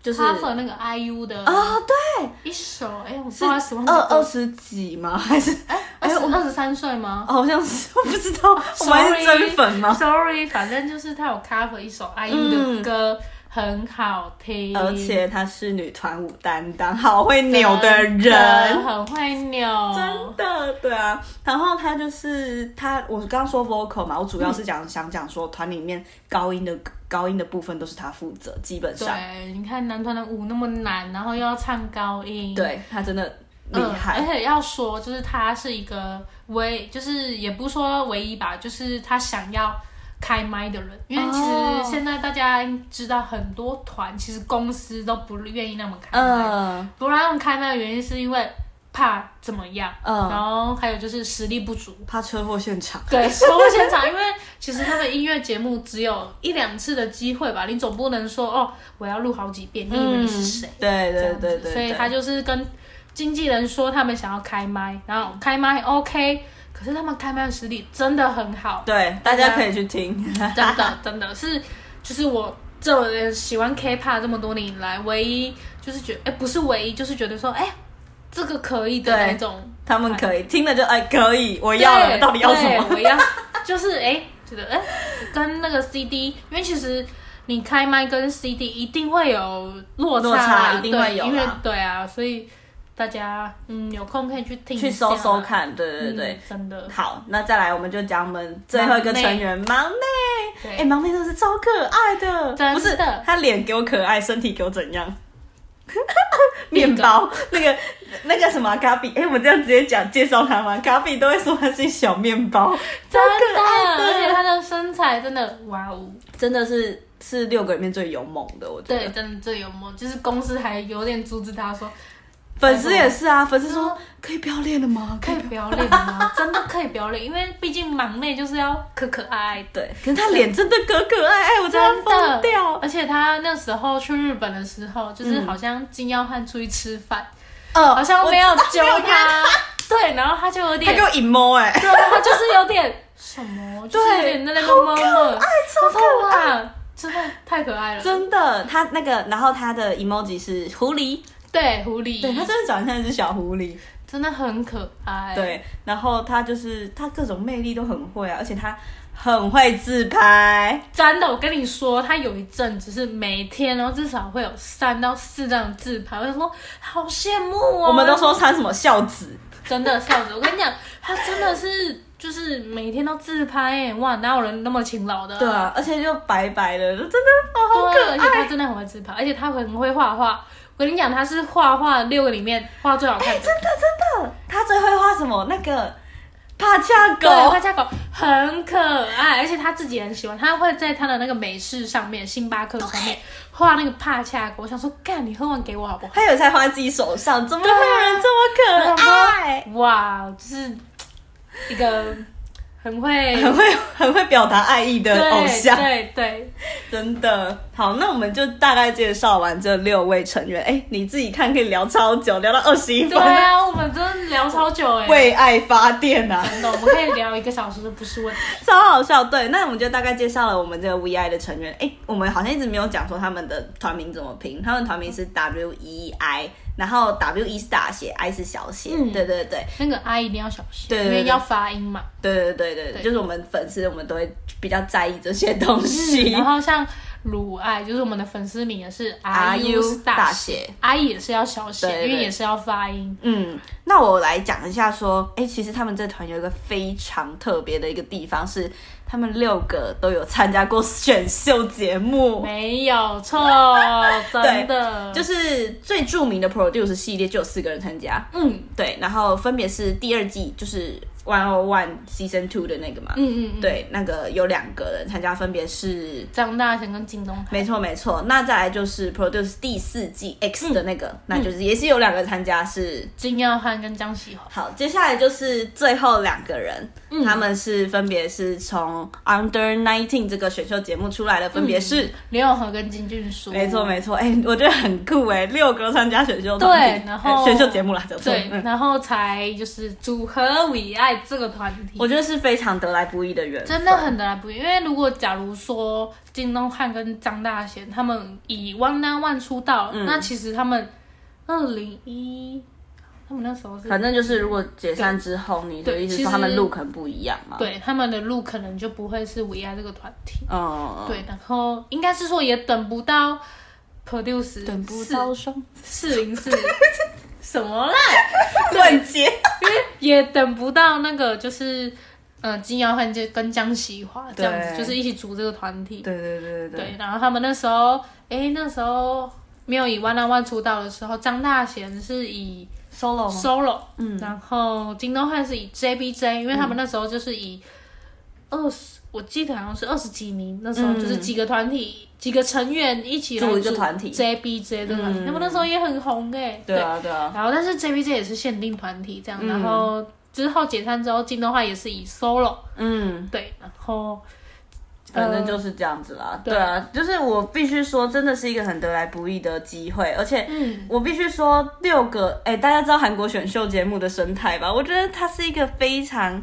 [SPEAKER 1] 就是
[SPEAKER 2] cover 那个 IU 的
[SPEAKER 1] 哦，对。
[SPEAKER 2] 一首，哎、我不
[SPEAKER 1] 是哦
[SPEAKER 2] 知道什么
[SPEAKER 1] 二二十几吗？还 是
[SPEAKER 2] 二
[SPEAKER 1] 哎
[SPEAKER 2] 十
[SPEAKER 1] 我
[SPEAKER 2] 二十三岁吗？
[SPEAKER 1] 好像是我不知道，我们还
[SPEAKER 2] Sorry，
[SPEAKER 1] 是真粉吗？
[SPEAKER 2] ？Sorry，反正就是他有 cover 一首 IU 的歌，很好听，
[SPEAKER 1] 而且她是女团舞担当，好会扭的
[SPEAKER 2] 真
[SPEAKER 1] 人，
[SPEAKER 2] 很会扭，
[SPEAKER 1] 真的对啊。然后她就是她，我刚刚说 vocal 嘛，我主要是讲、想讲说团里面高音的高音的部分都是她负责，基本上
[SPEAKER 2] 对，你看男团的舞那么难，然后又要唱高音，
[SPEAKER 1] 对她真的厉
[SPEAKER 2] 嗯。
[SPEAKER 1] 害。
[SPEAKER 2] 而且要说，就是他是一个唯，就是也不是说唯一吧，就是他想要开麦的人，因为其
[SPEAKER 1] 哦
[SPEAKER 2] 实现在大家知道很多团，其实公司都不愿意那么开麦，
[SPEAKER 1] 嗯
[SPEAKER 2] 不让他们开麦的原因是因为怕怎么样，然
[SPEAKER 1] 嗯，
[SPEAKER 2] 后还有就是实力不足。
[SPEAKER 1] 怕车祸现场。
[SPEAKER 2] 对，收获现场，因为其实他们音乐节目只有一两次的机会吧，你总不能说哦，我要录好几遍，你以为你是谁？
[SPEAKER 1] 嗯对
[SPEAKER 2] 这
[SPEAKER 1] 对
[SPEAKER 2] 样子
[SPEAKER 1] 对对，
[SPEAKER 2] 嗯所以
[SPEAKER 1] 对
[SPEAKER 2] 他就是跟经纪人说他们想要开麦，然后开麦 OK，可是他们开麦的实力真的很好，
[SPEAKER 1] 对大家可以去听。
[SPEAKER 2] 真的 真的是，就是我这呃喜欢 K-pop 这么多年以来，唯一就是觉哎、不是唯一，就是觉得说哎、这个可以的
[SPEAKER 1] 对
[SPEAKER 2] 那种，
[SPEAKER 1] 他们可以听了就哎可以，我要了，
[SPEAKER 2] 对
[SPEAKER 1] 到底要什
[SPEAKER 2] 对
[SPEAKER 1] 么？
[SPEAKER 2] 我要，就是哎、觉得哎、跟那个 CD，因为其实你开麦跟 CD 一定会有落差
[SPEAKER 1] 落
[SPEAKER 2] 啦，
[SPEAKER 1] 差一定会有啦
[SPEAKER 2] 对因为对啊，所以大家嗯有空可以去听 一
[SPEAKER 1] 去
[SPEAKER 2] 下
[SPEAKER 1] 搜搜，看，对对对。哎
[SPEAKER 2] 嗯真的，
[SPEAKER 1] 好，那再来我们就讲我们最后一个成员忙内，
[SPEAKER 2] 对，
[SPEAKER 1] 哎、忙内真的是超可爱的，
[SPEAKER 2] 真的
[SPEAKER 1] 不是他脸给我可爱，身体给我怎 样？面包那个那个什么咖比，哎、我们这样直接讲介绍他吗？咖比都会说他是小面包，
[SPEAKER 2] 真
[SPEAKER 1] 可
[SPEAKER 2] 的，
[SPEAKER 1] 爱的
[SPEAKER 2] 而且他的身材真的哇哦，
[SPEAKER 1] 真的是是六个里面最勇猛的，我觉
[SPEAKER 2] 对，
[SPEAKER 1] 得。
[SPEAKER 2] 真的最幽默，就是公司还有点阻止他说
[SPEAKER 1] 粉丝也是啊，粉丝说
[SPEAKER 2] 嗯
[SPEAKER 1] 可以不要练了吗？
[SPEAKER 2] 可以不要练吗？真的可以不要练，因为毕竟忙内就是要可可爱爱的。
[SPEAKER 1] 对，可是他脸真的可可爱哎爱，我真的要疯掉。
[SPEAKER 2] 而且他那时候去日本的时候，就是
[SPEAKER 1] 嗯
[SPEAKER 2] 好像金耀汉出去吃饭，
[SPEAKER 1] 呃，
[SPEAKER 2] 好像没有揪
[SPEAKER 1] 我知道没有
[SPEAKER 2] 他， 对，然后他就有
[SPEAKER 1] 他
[SPEAKER 2] 点
[SPEAKER 1] 给，我 emo 哎、
[SPEAKER 2] 对，他就是有点什么，就是有点那个么么，
[SPEAKER 1] 超可爱
[SPEAKER 2] 爱，啊真的太可爱了，
[SPEAKER 1] 真的，他那个，然后他的 emoji 是狐狸，
[SPEAKER 2] 对狐狸，
[SPEAKER 1] 对他真的长得像一只小狐狸，
[SPEAKER 2] 真的很可爱，，
[SPEAKER 1] 对，然后他就是他各种魅力都很会啊，而且他很会自拍，
[SPEAKER 2] 真的，我跟你说，他有一阵子是每天，然后至少会有三到四张自拍，我就说好羡慕哦。
[SPEAKER 1] 我们都说他什么孝子，
[SPEAKER 2] 真的笑死，我跟你讲，他真的是就是每天都自拍耶，哇，哪有人那么勤劳的、
[SPEAKER 1] 对啊，而且就白白的，就真的好好
[SPEAKER 2] 对，
[SPEAKER 1] 可
[SPEAKER 2] 而且他
[SPEAKER 1] 爱，
[SPEAKER 2] 真的很会自拍，而且他很会画画。我跟你讲，他是画画六个里面画最好 看的，
[SPEAKER 1] 真的真的，他最会画什么那个帕恰
[SPEAKER 2] 对，
[SPEAKER 1] 狗
[SPEAKER 2] 他，家狗很可爱，而且他自己很喜欢，他会在他的那个美式上面，星巴克上面画那个帕恰狗。我想说，干，你喝完给我好不好？
[SPEAKER 1] 他有在画自己手上，怎么会有人啊这么可爱？
[SPEAKER 2] 哇，就是一个很会
[SPEAKER 1] 很会很会表达爱意的
[SPEAKER 2] 对
[SPEAKER 1] 偶像，
[SPEAKER 2] 对对，
[SPEAKER 1] 真的好，那我们就大概介绍完这六位成员。哎、你自己看可以聊超久，聊到二十一
[SPEAKER 2] 对
[SPEAKER 1] 分，
[SPEAKER 2] 啊，我们真的聊超久哎、
[SPEAKER 1] 为爱发电啊，
[SPEAKER 2] 真的，我们可以聊一个小时都不是问题。
[SPEAKER 1] 超好笑。对，那我们就大概介绍了我们这个 VI 的成员。哎、我们好像一直没有讲说他们的团名怎么拼，他们团名是 W E I，然后 W E 是大写，I 是小写。
[SPEAKER 2] 嗯
[SPEAKER 1] 对对对。
[SPEAKER 2] 那个阿姨一定要小心，
[SPEAKER 1] 对对
[SPEAKER 2] 因
[SPEAKER 1] 对
[SPEAKER 2] 为要发音嘛。
[SPEAKER 1] 对对对对，
[SPEAKER 2] 对
[SPEAKER 1] 就是我们粉丝，我们都会比较在意这些东西。
[SPEAKER 2] 嗯然后像乳爱，就是我们的粉丝名也是
[SPEAKER 1] R U
[SPEAKER 2] 是
[SPEAKER 1] 大
[SPEAKER 2] 大
[SPEAKER 1] 写，
[SPEAKER 2] 阿姨也是要小写
[SPEAKER 1] 对，对
[SPEAKER 2] 因为也是要发音。
[SPEAKER 1] 嗯，那我来讲一下说，哎、其实他们这团有一个非常特别的一个地方是，他们六个都有参加过选秀节目，
[SPEAKER 2] 没有错， 真的
[SPEAKER 1] 就是最著名的 Produce 系列就有四个人参加，
[SPEAKER 2] 嗯
[SPEAKER 1] 对，然后分别是第二季就是 One O One Season Two 的那个嘛，
[SPEAKER 2] 嗯嗯嗯，
[SPEAKER 1] 对，那个有两个人参加，分别是。
[SPEAKER 2] 张大贤跟靳东海，
[SPEAKER 1] 没错没错，那再来就是 Produce 第四季 X
[SPEAKER 2] 嗯
[SPEAKER 1] 的那个，那就是也是有两个参加是
[SPEAKER 2] 金耀汉跟江喜宏。
[SPEAKER 1] 好，接下来就是最后两个人，
[SPEAKER 2] 嗯
[SPEAKER 1] 他们是分别是从 Under Nineteen 这个选秀节目出来的，分别是、
[SPEAKER 2] 刘永和跟金俊淑，
[SPEAKER 1] 没错没错，哎、我觉得很酷哎、六个参加选秀团体
[SPEAKER 2] 嗯对然后
[SPEAKER 1] 呃选秀节目啦，讲错了
[SPEAKER 2] 对，
[SPEAKER 1] 嗯，
[SPEAKER 2] 然后才就是组合为爱这个团体，
[SPEAKER 1] 我觉得是非常得来不易的缘分，
[SPEAKER 2] 真的很得来不易。因为如果假如说靳东汉跟张大贤他们以 One n One 出道，
[SPEAKER 1] 嗯
[SPEAKER 2] 那其实他们二零一，他们那时候是
[SPEAKER 1] 反正就是如果解散之后，你的
[SPEAKER 2] 对
[SPEAKER 1] 意思
[SPEAKER 2] 其
[SPEAKER 1] 说
[SPEAKER 2] 实
[SPEAKER 1] 他们路可能不一样嘛？，
[SPEAKER 2] 对他们的路可能就不会是为爱这个团体，
[SPEAKER 1] 嗯，
[SPEAKER 2] 对，然后应该是说也等不到 Produce
[SPEAKER 1] 等不到双
[SPEAKER 2] 四零四什么啦，
[SPEAKER 1] 乱接，
[SPEAKER 2] 也等不到那个就是。呃，金耀汉就跟江喜华这样
[SPEAKER 1] 对
[SPEAKER 2] 子，就是一起组这个团体。
[SPEAKER 1] 对对对对对
[SPEAKER 2] 对，然后他们那时候，哎，那时候没有以 One on One 出道的时候，张大贤是以
[SPEAKER 1] ，solo 吗？
[SPEAKER 2] solo，嗯，然后金东汉是以 JBJ，因为他们那时候就是以二十、我记得好像是二十几名，那时候就是几个团体、几个成员一起来
[SPEAKER 1] 组一个团体嗯
[SPEAKER 2] JBJ 的团体，他们那时候也很红哎、
[SPEAKER 1] 对啊对啊，
[SPEAKER 2] 然后但是 JBJ 也是限定团体这
[SPEAKER 1] 嗯
[SPEAKER 2] 样，然后之后解散之后，金东汉也是以 solo，
[SPEAKER 1] 嗯。
[SPEAKER 2] 对，然后呃
[SPEAKER 1] 反正就是这样子啦，
[SPEAKER 2] 对
[SPEAKER 1] 对啊，就是我必须说，真的是一个很得来不易的机会，而且
[SPEAKER 2] 嗯
[SPEAKER 1] 我必须说，六个哎、大家知道韩国选秀节目的生态吧？我觉得它是一个非常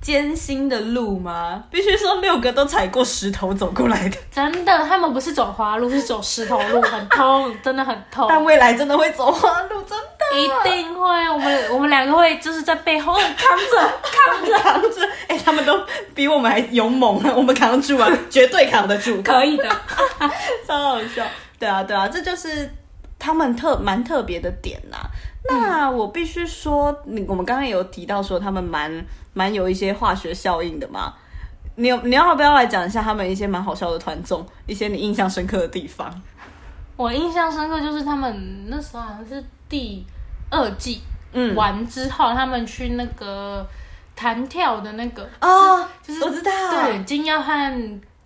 [SPEAKER 1] 艰辛的路吗？必须说，六个都踩过石头走过来的，
[SPEAKER 2] 真的，他们不是走花路，是走石头路，很痛，真的很 痛，
[SPEAKER 1] 但未来真的会走花路，真的
[SPEAKER 2] 一定会，我们我们两个会就是在背后扛着，
[SPEAKER 1] 扛着扛着，哎、他们都比我们还勇猛啊，我们扛得住啊，绝对扛得住，
[SPEAKER 2] 可以的。
[SPEAKER 1] 超好笑。对啊，对啊，这就是他们特蛮特别的点呐、那
[SPEAKER 2] 嗯
[SPEAKER 1] 我必须说，你我们刚刚有提到说他们蛮蛮有一些化学效应的嘛。你有你要不要来讲一下他们一些蛮好笑的团综，一些你印象深刻的地方？
[SPEAKER 2] 我印象深刻就是他们那时候好像是第二季
[SPEAKER 1] 嗯，
[SPEAKER 2] 完之后，他们去那个弹跳的那个，
[SPEAKER 1] 哦，
[SPEAKER 2] 就是
[SPEAKER 1] 我知道，
[SPEAKER 2] 对，金耀汉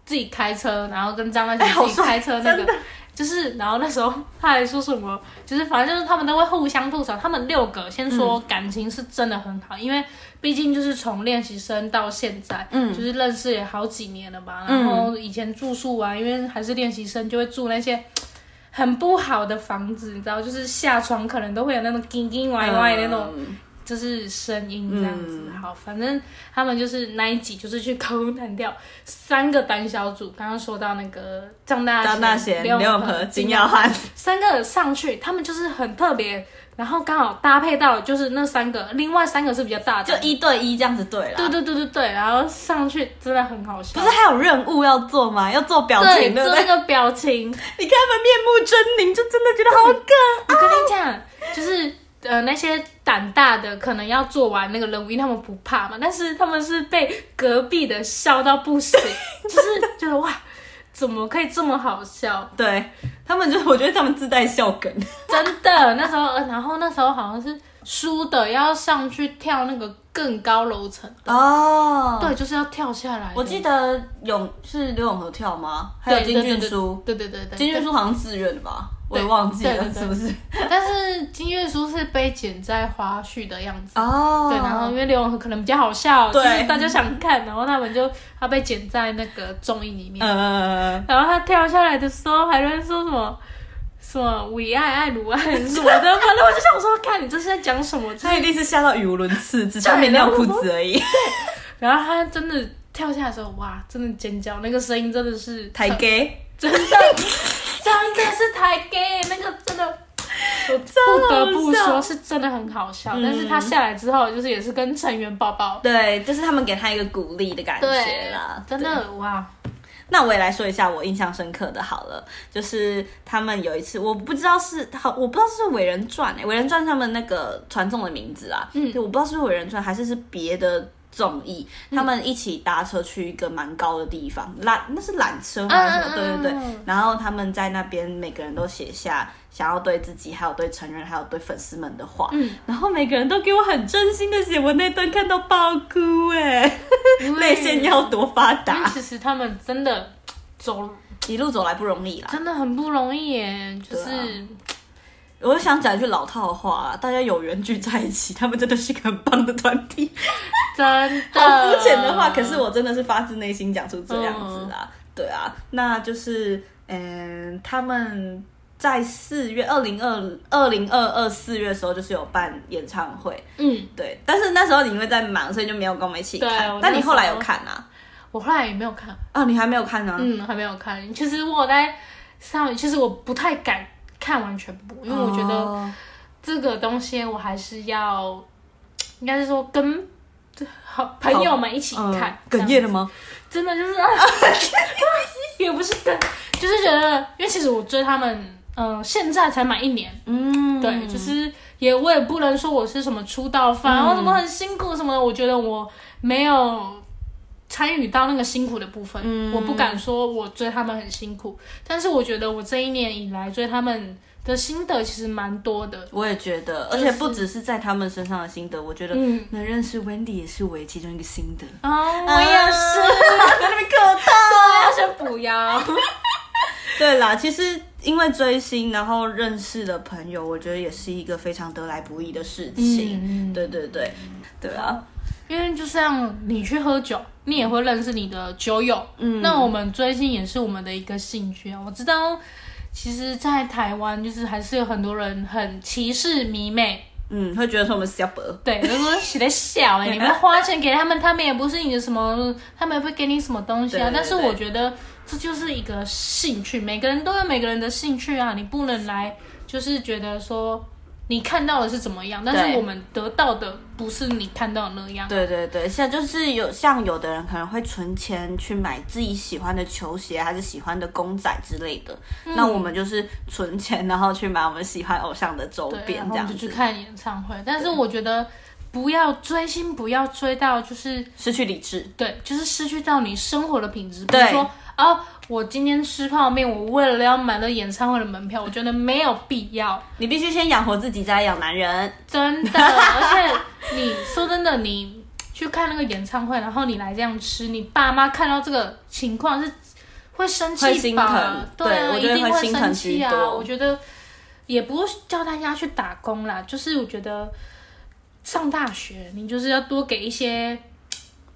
[SPEAKER 2] 自己开车，然后跟张曼
[SPEAKER 1] 哎好
[SPEAKER 2] 婷自己
[SPEAKER 1] 帅
[SPEAKER 2] 开车那
[SPEAKER 1] 真
[SPEAKER 2] 个。就是，然后那时候他还说什么，就是反正就是他们都会互相吐槽。他们六个先说感情是真的很好，因为毕竟就是从练习生到现在，
[SPEAKER 1] 嗯
[SPEAKER 2] 就是认识也好几年了吧。
[SPEAKER 1] 嗯
[SPEAKER 2] 然后以前住宿啊，因为还是练习生，就会住那些很不好的房子，你知道，就是下床可能都会有那种叮叮歪歪的那种
[SPEAKER 1] 嗯
[SPEAKER 2] 就是声音这样子。好，反正他们就是那一集就是去 高空弹跳，三个单小组，刚刚说到那个张大
[SPEAKER 1] 张大贤、
[SPEAKER 2] 刘
[SPEAKER 1] 刘
[SPEAKER 2] 永
[SPEAKER 1] 永
[SPEAKER 2] 和、
[SPEAKER 1] 和、
[SPEAKER 2] 金
[SPEAKER 1] 金
[SPEAKER 2] 耀，
[SPEAKER 1] 耀汉，
[SPEAKER 2] 三个上去，他们就是很特别，然后刚好搭配到就是那三个，另外三个是比较 大
[SPEAKER 1] 就
[SPEAKER 2] 的。
[SPEAKER 1] 一对一这样子对啦。
[SPEAKER 2] 对对对对对，然后上去真的很好笑，
[SPEAKER 1] 不是还有任务要做吗？要做表
[SPEAKER 2] 对
[SPEAKER 1] 情，对不
[SPEAKER 2] 做
[SPEAKER 1] 对
[SPEAKER 2] 那？个表情，
[SPEAKER 1] 你看他们面目狰狞，就真的觉得好可
[SPEAKER 2] 我跟你讲，就是呃那些胆大的可能要做完那个任务，因为他们不怕嘛，但是他们是被隔壁的笑到不行，就是觉得哇，怎么可以这么好笑？
[SPEAKER 1] 对他们就我觉得他们自带笑梗，
[SPEAKER 2] 真的，那时候，呃然后那时候好像是输的要上去跳那个更高楼层，
[SPEAKER 1] 哦，
[SPEAKER 2] 对，就是要跳下来的。
[SPEAKER 1] 我记得永是刘永和跳吗？还有
[SPEAKER 2] 对
[SPEAKER 1] 金俊书，，
[SPEAKER 2] 对对对对对对对，
[SPEAKER 1] 金俊书好像自愿的吧，我
[SPEAKER 2] 对
[SPEAKER 1] 也忘记
[SPEAKER 2] 对对
[SPEAKER 1] 了
[SPEAKER 2] 对
[SPEAKER 1] 是不是？
[SPEAKER 2] 但是金月书是被剪在花絮的样子。
[SPEAKER 1] 哦
[SPEAKER 2] 对，然后因为刘永和可能比较好笑，就
[SPEAKER 1] 对
[SPEAKER 2] 是大家想看，然后他们就他被剪在那个综艺里面，
[SPEAKER 1] 呃，
[SPEAKER 2] 然后他跳下来的时候还在说什么什么“为爱爱如爱”什么的，反正我就想说，看你这是在讲什么？就是
[SPEAKER 1] 他一定是吓到语无伦次，只穿棉料裤子而已，
[SPEAKER 2] 然后他真的跳下来的时候，哇，真的尖叫，那个声音真的是
[SPEAKER 1] 抬 gay。
[SPEAKER 2] 真的真的是抬 gay，那个真的。我不得不
[SPEAKER 1] 超
[SPEAKER 2] 说，
[SPEAKER 1] 好笑
[SPEAKER 2] 是真的很好笑，但是他下来之后，就是也是跟成员抱抱，
[SPEAKER 1] 对，就是他们给他一个鼓励的感觉
[SPEAKER 2] 对
[SPEAKER 1] 啦，，
[SPEAKER 2] 真的哇，
[SPEAKER 1] 那我也来说一下我印象深刻的，好了，就是他们有一次，我不知道是好，我不知道是《伟人传》哎，《伟人传》他们那个传颂的名字啊，嗯，我不知道是《伟人传》还是是别的综艺，他们一起搭车去一个蛮高的地方，缆那是缆车吗？还是什么？
[SPEAKER 2] 嗯嗯嗯
[SPEAKER 1] 对对
[SPEAKER 2] 嗯
[SPEAKER 1] 对，然后他们在那边每个人都写下想要对自己、还有对成人、还有对粉丝们的话，
[SPEAKER 2] 嗯，
[SPEAKER 1] 然后每个人都给我很真心的写，我那段看到爆哭哎，
[SPEAKER 2] 因为
[SPEAKER 1] 泪腺要多发
[SPEAKER 2] 因
[SPEAKER 1] 达
[SPEAKER 2] 为，其实他们真的走
[SPEAKER 1] 一路走来不容易啦。
[SPEAKER 2] 真的很不容易耶，就是、
[SPEAKER 1] 对我就想讲一句老套话啦，大家有缘聚在一起，他们真的是一个很棒的团 体。
[SPEAKER 2] 真的
[SPEAKER 1] 啊好肤浅的话，可是我真的是发自内心讲出这样子啦。
[SPEAKER 2] 嗯
[SPEAKER 1] 对啊，那就是嗯，他们在四月二零二二零二二四月的时候，就是有办演唱会。
[SPEAKER 2] 嗯，
[SPEAKER 1] 对，但是那时候你因为在忙，所以就没有跟我们一起
[SPEAKER 2] 对
[SPEAKER 1] 看
[SPEAKER 2] 我。那
[SPEAKER 1] 但你后来
[SPEAKER 2] 时候
[SPEAKER 1] 有看啊？
[SPEAKER 2] 我后来也没有看，
[SPEAKER 1] 啊，你还没有看呢、
[SPEAKER 2] 嗯，还没有看。其实我在上面，其实我不太敢看完全部，因为我觉得
[SPEAKER 1] 哦
[SPEAKER 2] 这个东西我还是要，应该是说跟好朋友们一起看。这
[SPEAKER 1] 嗯
[SPEAKER 2] 样
[SPEAKER 1] 哽咽了吗？
[SPEAKER 2] 真的就是，啊 也不是跟，就是觉得，因为其实我追他们，嗯、现在才满一年。
[SPEAKER 1] 嗯，
[SPEAKER 2] 对，就是也我也不能说我是什么出道饭，我、怎么很辛苦什么的，我觉得我没有参与到那个辛苦的部分，我不敢说我追他们很辛苦，但是我觉得我这一年以来追他们的心得其实蛮多的，
[SPEAKER 1] 我也觉得，而且不只是在他们身上的心得，我觉得
[SPEAKER 2] 嗯
[SPEAKER 1] 能认识 Wendy 也是我也其中一个心得。
[SPEAKER 2] 哦，我也是，
[SPEAKER 1] 在那边客 套。
[SPEAKER 2] 要先补腰，
[SPEAKER 1] 对啦，其实因为追星，然后认识的朋友，我觉得也是一个非常得来不易的事情。
[SPEAKER 2] 嗯
[SPEAKER 1] 对对对，对啊，
[SPEAKER 2] 因为就像你去喝酒，你也会认识你的酒友。
[SPEAKER 1] 嗯
[SPEAKER 2] 那我们追星也是我们的一个兴趣啊。我知道，其实，在台湾就是还是有很多人很歧视迷妹，
[SPEAKER 1] 嗯，会觉得说我们小伯，
[SPEAKER 2] 对，就是说写的小哎、你们花钱给他们，他们也不是你的什么，他们也不会给你什么东西
[SPEAKER 1] 对对
[SPEAKER 2] 啊。
[SPEAKER 1] 对
[SPEAKER 2] 但是我觉得这就是一个兴趣，每个人都有每个人的兴趣啊，你不能来就是觉得说你看到的是怎么样，但是我们得到的不是你看到的那样。
[SPEAKER 1] 对对对，像就是有像有的人可能会存钱去买自己喜欢的球鞋，还是喜欢的公仔之类的。那我们就是存钱，然后去买我们喜欢偶像的周
[SPEAKER 2] 对，
[SPEAKER 1] 边
[SPEAKER 2] 然，
[SPEAKER 1] 这
[SPEAKER 2] 后我
[SPEAKER 1] 样
[SPEAKER 2] 们就去
[SPEAKER 1] 子
[SPEAKER 2] 看演唱会。但是我觉得不要追星，不要追到就是
[SPEAKER 1] 失去理智。
[SPEAKER 2] 对，就是失去到你生活的品质。比
[SPEAKER 1] 对
[SPEAKER 2] 如说啊，我今天吃泡面，我为了要买了演唱会的门票，我觉得没有必要，
[SPEAKER 1] 你必须先养活自己，再养男人。
[SPEAKER 2] 真 的。而且你说真的，你去看那个演唱会，然后你来这样吃，你爸妈看到这个情况是会生
[SPEAKER 1] 会
[SPEAKER 2] 气
[SPEAKER 1] 心
[SPEAKER 2] 吧
[SPEAKER 1] 疼？对
[SPEAKER 2] 啊，
[SPEAKER 1] 我
[SPEAKER 2] 一
[SPEAKER 1] 觉得
[SPEAKER 2] 定
[SPEAKER 1] 会
[SPEAKER 2] 会
[SPEAKER 1] 心
[SPEAKER 2] 生
[SPEAKER 1] 疼
[SPEAKER 2] 气
[SPEAKER 1] 居
[SPEAKER 2] 啊！
[SPEAKER 1] 多
[SPEAKER 2] 我觉得也不是叫大家去打工啦，就是我觉得上大学你就是要多给一些，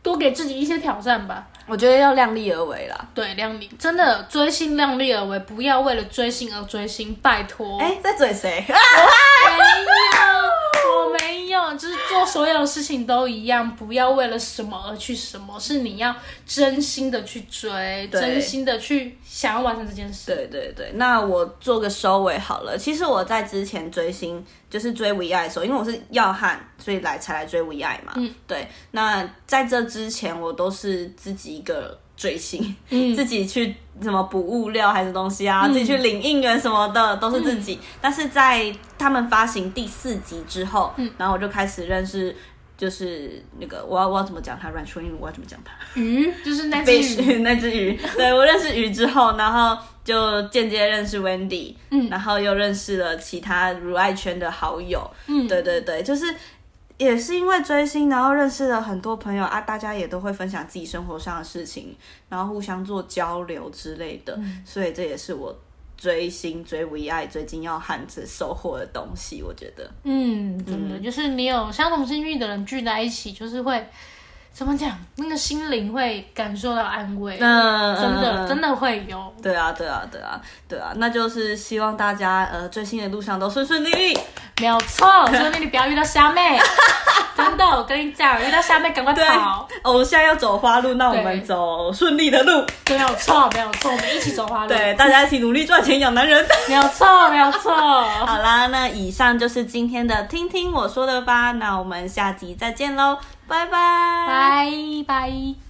[SPEAKER 2] 多给自己一些挑战吧。
[SPEAKER 1] 我觉得要量力而为啦。
[SPEAKER 2] 对，量力真的追星量力而为，不要为了追星而追星，拜托。
[SPEAKER 1] 哎、在嘴谁？
[SPEAKER 2] 没有，我没有，就是做所有事情都一样，不要为了什么而去什么，是你要真心的去追，
[SPEAKER 1] 对
[SPEAKER 2] 真心的去想要完成这件事。
[SPEAKER 1] 对对对，那我做个收尾好了。其实我在之前追星，就是追 V I 的时候，因为我是要汉，所以来才来追 V I 嘛。嗯，对。那在这之前，我都是自己一个追星， 自己去什么补物料还是东西啊，自己去领应援什么的，都是自己。但是在他们发行第四集之后，然后我就开始认识。就是那个，我要我要怎么讲他阮春英，我要怎么讲他？
[SPEAKER 2] 鱼就是 那只鱼，
[SPEAKER 1] fish 那只鱼，对我认识鱼之后，然后就间接认识 Wendy，嗯，然后又认识了其他如爱圈的好友，嗯，对对对，就是也是因为追星，然后认识了很多朋友啊，大家也都会分享自己生活上的事情，然后互相做交流之类的，
[SPEAKER 2] 嗯
[SPEAKER 1] 所以这也是我追星、追唯爱、追金耀汉子收获的东西，我觉得。
[SPEAKER 2] 嗯，真的、就是你有相同兴趣的人聚在一起，就是会怎么讲，那个心灵会感受到安慰，
[SPEAKER 1] 嗯
[SPEAKER 2] 真的
[SPEAKER 1] 嗯
[SPEAKER 2] 真的会有。
[SPEAKER 1] 对啊，对啊，对啊，对啊，那就是希望大家呃追星的路上都顺顺利利。
[SPEAKER 2] 没有错，所以你不要遇到虾妹， 真的，我跟你讲，遇到虾妹赶快跑，
[SPEAKER 1] 偶像要走花路，那我
[SPEAKER 2] 对
[SPEAKER 1] 们走顺利的路。
[SPEAKER 2] 对，没有错，没有错，我们一起走花路，
[SPEAKER 1] 对，大家一起努力赚钱养男人。
[SPEAKER 2] 没有错，没有错，
[SPEAKER 1] 好啦，那以上就是今天的听听我说的吧。那我们下集再见喽，拜拜。
[SPEAKER 2] 拜拜。